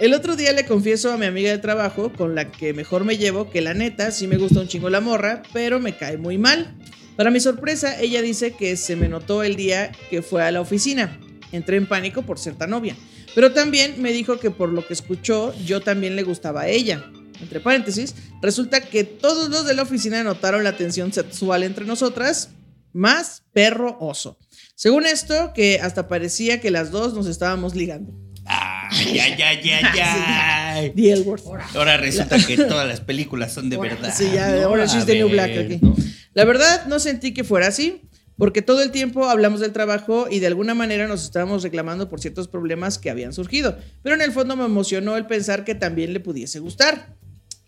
S1: El otro día le confieso a mi amiga de trabajo, con la que mejor me llevo, que la neta sí me gusta un chingo la morra, pero me cae muy mal. Para mi sorpresa, ella dice que se me notó el día que fue a la oficina. Entré en pánico por ser tan novia. Pero también me dijo que por lo que escuchó, yo también le gustaba a ella. Entre paréntesis, resulta que todos los de la oficina notaron la tensión sexual entre nosotras, más perro oso. Según esto, que hasta parecía que las dos nos estábamos ligando.
S2: Ay, ay, ay, ay, ay.
S1: The L word.
S2: Ahora resulta que todas las películas son de verdad.
S1: Sí, ya,
S2: No,
S1: ahora sí
S2: a
S1: es de New
S2: ver,
S1: Black aquí.
S2: ¿no?
S1: La verdad, no sentí que fuera así, porque todo el tiempo hablamos del trabajo y de alguna manera nos estábamos reclamando por ciertos problemas que habían surgido. Pero en el fondo me emocionó el pensar que también le pudiese gustar.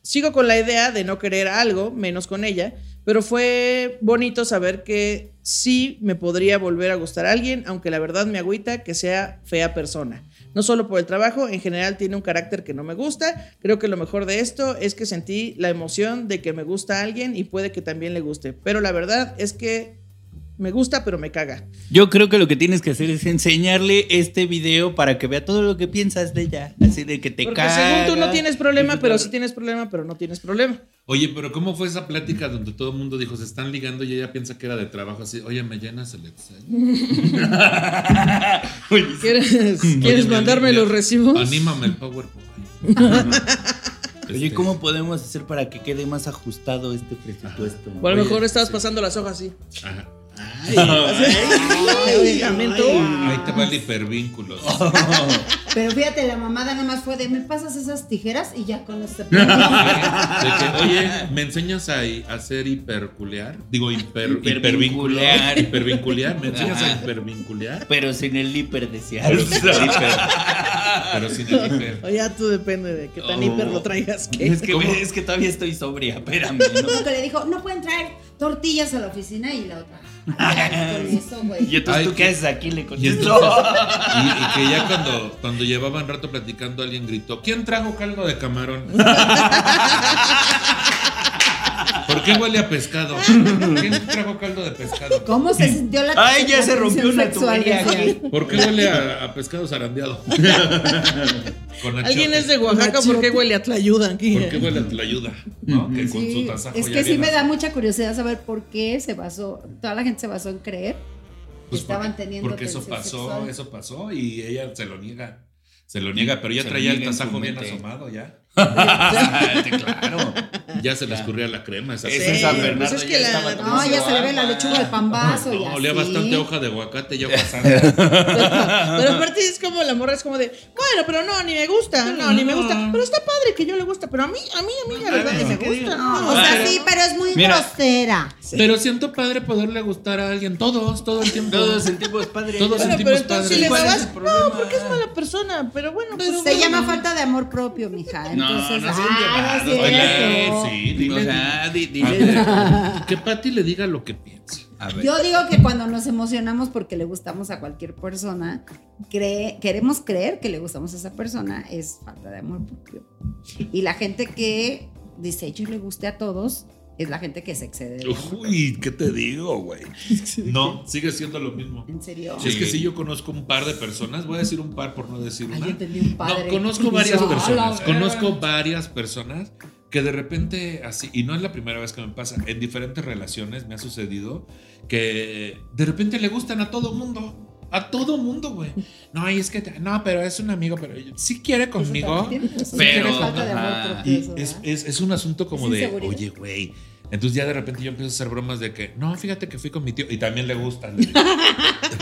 S1: Sigo con la idea de no querer algo, menos con ella, pero fue bonito saber que sí me podría volver a gustar a alguien, aunque la verdad me agüita que sea fea persona. No solo por el trabajo, en general tiene un carácter que no me gusta. Creo que lo mejor de esto es que sentí la emoción de que me gusta a alguien y puede que también le guste. Pero la verdad es que me gusta, pero me caga.
S2: Yo creo que lo que tienes que hacer es enseñarle este video para que vea todo lo que piensas de ella. Así de que te
S1: Porque
S2: caga.
S1: según tú no tienes problema,
S2: Eso
S1: pero
S2: te-
S1: sí tienes problema, pero no tienes problema.
S3: Oye, pero ¿cómo fue esa plática donde todo el mundo dijo se están ligando y ella piensa que era de trabajo así? Oye, me llenas el Excel.
S2: Oye,
S1: ¿Quieres,
S3: Oye,
S1: ¿quieres
S3: me-
S1: mandarme
S3: me-
S1: los recibos?
S3: Anímame el PowerPoint.
S2: Oye, ¿cómo podemos hacer para que quede más ajustado este presupuesto?
S1: O a lo
S2: Oye,
S1: mejor estabas pasando las hojas así.
S3: Este, ajá.
S1: Ay, lamento.
S3: Ahí te va el hipervínculo.
S4: Pero fíjate, la mamada nada más fue de me pasas esas tijeras y ya con este.
S3: De que, oye, ¿me enseñas a, a hacer hiperculear? Digo, hiper,
S2: Hipervincular.
S3: hipervincular. Hipervincular. ¿Me enseñas a
S2: Ajá.
S3: hipervincular?
S2: Pero sin el hiper decía.
S3: Pero sin el hiper. Pero sin el hiper.
S1: O ya tú depende de qué tan
S2: Oh.
S1: hiper lo traigas. que-
S2: Es que,
S3: ¿Cómo?
S2: es que todavía estoy sobria, espérame.
S4: Como que le dijo, no pueden traer tortillas a la oficina y la otra. "Ay, Con eso,
S2: ¿no? Y
S4: güey.
S2: entonces
S3: Ay,
S2: tú
S3: qué-
S2: qué haces aquí le
S3: Y, entonces-
S2: contesto.
S3: y- y que ya cuando, cuando llevaban rato platicando, alguien gritó: ¿Quién trajo caldo de camarón? ¿Por qué huele a pescado? ¿Quién trajo caldo de pescado?
S4: ¿Cómo se sintió la
S2: Ay, ya
S4: la
S2: se rompió
S4: tensión
S2: una
S4: sexual,
S2: tubería
S4: decía?
S2: aquí.
S3: ¿Por qué huele a, a pescado zarandeado? Con
S1: Alguien
S3: achiote.
S1: es de Oaxaca, ¿por qué huele a Tlayuda aquí?
S3: ¿Por qué huele a Tlayuda? ¿No? Que con su
S4: Sí,
S3: tasajo
S4: es
S3: ya
S4: que sí
S3: bien
S4: me da mucha curiosidad saber por qué se basó, toda la gente se basó en creer que
S3: Pues
S4: estaban
S3: porque,
S4: teniendo
S3: Porque eso
S4: tensión
S3: pasó,
S4: sexual.
S3: eso pasó y ella se lo niega. Se lo niega, pero ya
S2: Se lo
S3: traía el
S2: niega en su
S3: tasajo bien
S2: mente.
S3: asomado ya.
S2: claro.
S3: Ya se le escurría la crema esa.
S2: Ese
S1: Sí,
S2: es San
S1: pues
S2: Bernardo
S1: es que
S2: ya
S1: la-
S2: estaba
S1: no,
S4: No, ya se le ve la
S2: Ah,
S4: lechuga al pambazo y
S3: No, olía
S4: así.
S3: bastante hoja de aguacate ya pasando.
S1: Pero aparte es como la morra es como de, bueno, pero no, ni me gusta, no, ni me gusta. Pero está padre que yo le gusta, pero a mí, a mí, a mí, la verdad que me gusta.
S4: No, o
S1: No,
S4: sea, sí, pero es muy
S2: Mira.
S4: grosera.
S3: Pero siento padre poderle gustar a alguien. Todos, todo el tiempo.
S2: Todos sentimos padre.
S3: Todos
S1: bueno,
S3: sentimos
S1: pero entonces si le
S3: padres.
S1: dabas, no, porque es mala persona, pero bueno, pero
S4: Pues Se
S1: bueno,
S4: llama
S1: no.
S4: falta de amor propio, mija.
S2: No,
S4: Entonces,
S2: no sean
S4: ah, no es
S2: llevados,
S4: cierto.
S3: Oye, sí,
S2: O
S3: dile.
S4: pues,
S2: sea, di- dile.
S3: Ándale, Que Patty le diga lo que piensa.
S2: A ver.
S4: Yo digo que cuando nos emocionamos porque le gustamos a cualquier persona, cree- queremos creer que le gustamos a esa persona, es falta de amor propio. Y la gente que dice yo le guste a todos, es la gente que se excede. del amor.
S3: Uy, ¿qué te digo, güey? No, sigue siendo lo mismo.
S4: ¿En serio?
S3: Si Es que si yo conozco un par de personas, voy a decir un par por no decir
S4: Ay,
S3: una.
S4: yo entendí un padre.
S3: No, conozco varias
S4: Yo, a la
S3: personas.
S4: verga.
S3: Conozco varias personas que de repente así, y no es la primera vez que me pasa, en diferentes relaciones me ha sucedido que de repente le gustan a todo mundo. A todo mundo, güey. No, y es que, te- no, pero es un amigo, pero sí quiere conmigo.
S4: Pues, también es una
S3: pero
S4: falta de amor
S2: ajá,
S4: propio
S3: y
S4: eso,
S3: es,
S4: ¿verdad?
S3: es- es un asunto como
S4: Es
S3: de,
S4: inseguridad.
S3: oye, güey. Entonces ya de repente yo empiezo a hacer bromas de que, no, fíjate que fui con mi tío y también le gusta. le digo.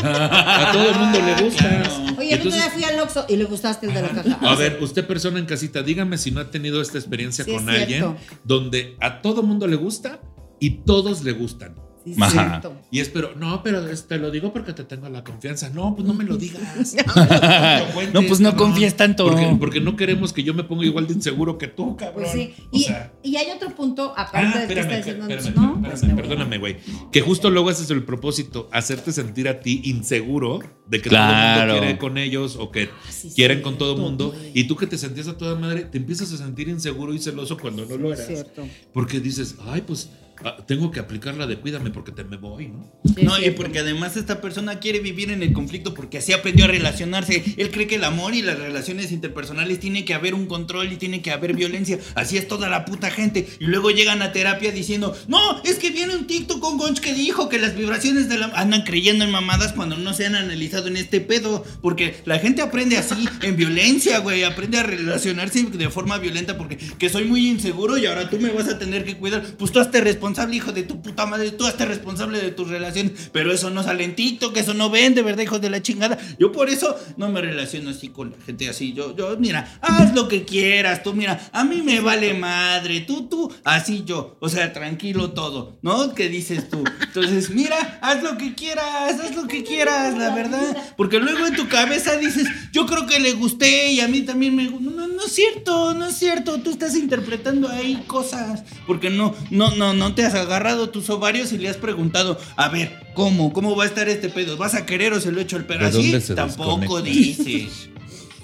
S3: a todo el mundo le gusta.
S2: Claro.
S4: Oye, el otro
S3: Entonces-
S4: día fui al Oxxo y le gustaste el de la caja.
S3: a ver, usted persona en casita, dígame si no ha tenido esta experiencia
S4: Sí, es
S3: con alguien
S4: cierto.
S3: donde a todo mundo le gusta y todos le gustan.
S4: Sí, es
S2: Ajá.
S4: cierto.
S3: Y espero, no, pero es- te lo digo porque te tengo la confianza. No, pues no me lo digas.
S2: Ah, No, pues no confías tanto.
S3: Porque, porque no queremos que yo me ponga igual de inseguro que tú, cabrón.
S4: Pues sí.
S3: O
S4: Y,
S3: sea,
S4: y hay otro punto,
S3: ah,
S4: aparte de que
S3: espérame,
S4: está diciendo,
S3: espérame,
S4: no,
S3: espérame,
S4: pues me voy.
S3: perdóname, güey. Que justo luego haces el propósito, hacerte sentir a ti inseguro de que todo el
S2: Claro.
S3: mundo quiere con ellos o que
S4: Ah, sí,
S3: quieren
S4: sí,
S3: con todo el mundo.
S4: güey.
S3: Y tú que te sentías a toda madre, te empiezas a sentir inseguro y celoso cuando no lo
S4: Es
S3: eras.
S4: cierto.
S3: Porque dices, ay, pues ah, tengo que aplicar la de cuídame porque te me voy, ¿no?
S4: Sí, es
S2: No, y
S4: cierto.
S2: porque además esta persona quiere vivir en el conflicto porque así aprendió a relacionarse. Él cree que el amor y las relaciones interpersonales tiene que haber un control y tiene que haber violencia. Así es toda la puta gente. Y luego llegan a terapia diciendo, no, es que viene un TikTok con Gonch que dijo que las vibraciones de la... Andan creyendo en mamadas cuando no se han analizado en este pedo. Porque la gente aprende así, en violencia, güey. Aprende a relacionarse de forma violenta porque que soy muy inseguro y ahora tú me vas a tener que cuidar. Pues tú hazte responsable, hijo de tu puta madre. Tú hazte responsable de tus relaciones. Pero eso no sale en TikTok, eso no vende, ¿verdad, hijos de la chingada? Yo por eso no me relaciono así con la gente así. Yo, yo, mira, haz lo que quieras. Tú, mira, a mí me vale madre. Tú, tú, así yo. O sea, tranquilo todo, ¿no? ¿Qué dices tú? Entonces, mira, haz lo que quieras, haz lo que quieras, la verdad. Porque luego en tu cabeza dices, yo creo que le gusté y a mí también me gustó. No, no es cierto, no es cierto. Tú estás interpretando ahí cosas. Porque no, no, no, no te has agarrado tus ovarios y le has preguntado, a ver, ¿cómo? ¿Cómo va a estar este pedo? ¿Vas a querer o se lo echo el
S3: ¿De
S2: pedo?
S3: dónde
S2: Así
S3: se
S2: tampoco
S3: desconecta?
S2: dices.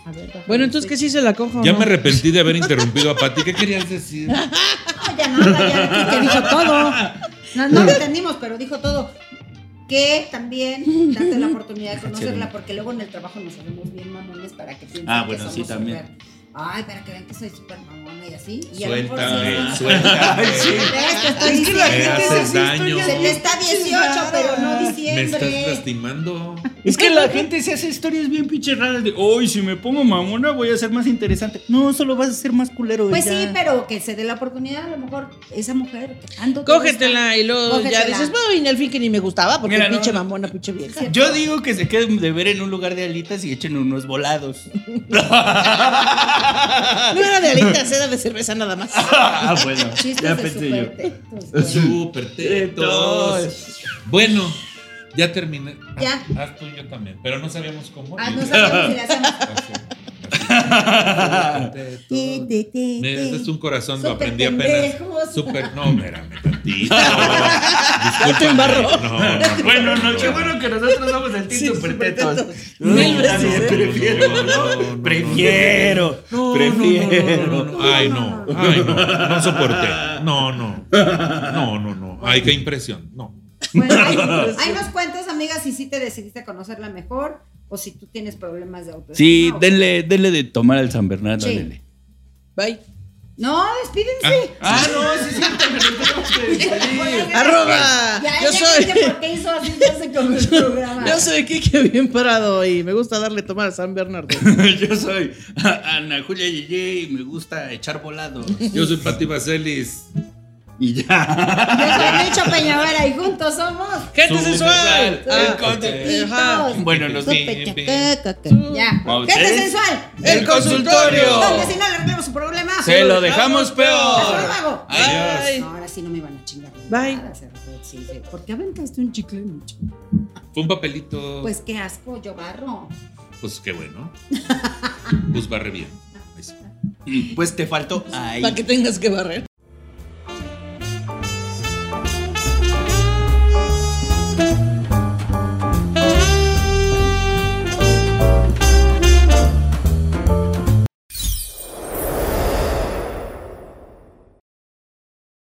S4: A ver, baja
S1: Bueno,
S4: el
S1: entonces que
S4: switch.
S1: sí se la cojo.
S3: Ya
S1: ¿no?
S3: me arrepentí de haber interrumpido a Pati. ¿Qué querías decir?
S4: No, ya nada, ya que- que dijo todo. No, no lo entendimos, pero dijo todo. Que también date la oportunidad de conocerla, porque luego en el trabajo nos hacemos bien mamones para que piensen
S2: Ah,
S4: que
S2: bueno,
S4: somos
S2: sí, también.
S4: súper- Ay, para que vean que soy súper mamona y así. Y a lo mejor
S3: Suéltame,
S4: sí.
S3: suéltame.
S4: ¿Ves? Te estoy
S1: Es que la
S4: diciendo.
S3: Me
S1: gente
S3: haces
S1: se asusta,
S3: daño.
S1: ya
S4: Se te
S1: sé.
S4: está 18, pero no
S3: Me estás
S4: diciembre.
S3: lastimando.
S2: Es que la gente se hace historias bien pinche raras de, hoy si me pongo mamona voy a ser más interesante. No, solo vas a ser más culero.
S4: Pues
S2: ya.
S4: sí, pero que se dé la oportunidad, a lo mejor esa mujer que tanto te
S1: Cógetela y luego
S4: Cógetela.
S1: ya dices, bueno, y al fin que ni me gustaba porque
S2: Mira, no,
S1: pinche
S2: no.
S1: mamona, pinche vieja.
S4: Sí.
S2: Yo digo que se queden de ver en un lugar de alitas y echen unos volados.
S1: No era de alitas, era de cerveza nada más.
S2: ah, bueno,
S4: gusta, chistes
S2: ya
S4: de
S2: pensé yo.
S4: supertextos, güey.
S3: Súper tetos. Bueno, ya terminé.
S4: Ya.
S3: Ah, Haz tú y yo también. Pero no sabíamos cómo.
S4: Ah, no sabemos si la hacemos.
S3: Mira,
S4: Ti, ti, ti,
S3: este es
S4: ti.
S3: un corazón, lo
S4: Súper
S3: aprendí apenas.
S4: pendejos.
S3: Súper, no, espérame tantito. Disculpa.
S1: te embarro.
S3: No, no, no,
S2: Bueno, no,
S3: no.
S2: qué bueno que nosotros somos el
S1: Sí,
S2: team supertetos.
S1: Mil
S2: Yo
S1: veces.
S2: también Prefiero.
S3: No, no, no, no, no.
S2: Prefiero.
S3: No,
S2: Prefiero.
S3: no, no, no, no, no. Ay, no. Ay, no. No soporté. No, no. No, no, no. Ay, qué impresión. No.
S4: Bueno, hay, hay unos cuentos, amigas, si sí te decidiste a conocerla mejor o si tú tienes problemas de autoestima.
S2: Sí,
S4: o-
S2: denle, denle de tomar al San Bernardo.
S4: Sí.
S2: denle.
S1: Bye.
S4: No, despídense.
S2: Ah, no, sí, sí.
S1: Arroba.
S4: Ya,
S1: Yo
S4: ya
S1: soy.
S4: viste por qué hizo así hace con el programa.
S1: Yo soy Kike bien parado y me gusta darle tomar a San Bernardo.
S2: Yo soy Ana Julia Yeye y me gusta echar volado.
S3: Yo soy Pati Vaselis.
S2: Y ya.
S4: Yo soy Nicho Peñavera y juntos somos.
S1: ¡Gente Ah,
S3: Súper
S1: sensual!
S3: sensual.
S1: Ah,
S2: El consultorio.
S1: ajá.
S2: Bueno, los vi.
S4: Súper
S3: vi.
S4: chacacaca. Ya.
S2: ¿A
S4: Gente
S2: ustedes?
S4: sensual.
S1: El consultorio.
S4: Donde si no le arreglamos su problema.
S2: Se lo dejamos
S4: Hasta
S2: peor.
S4: luego.
S1: Ay.
S4: No, ahora sí no me van a chingar.
S1: Bye.
S4: Nada, Cervet, sí, sí. ¿Por qué aventaste un chicle, Nicho?
S3: Fue un papelito. Pues,
S4: Pues qué asco, yo barro.
S3: qué bueno. Pues barre bien. Ahí sí.
S2: Pues te faltó ahí.
S1: Para que tengas que barrer.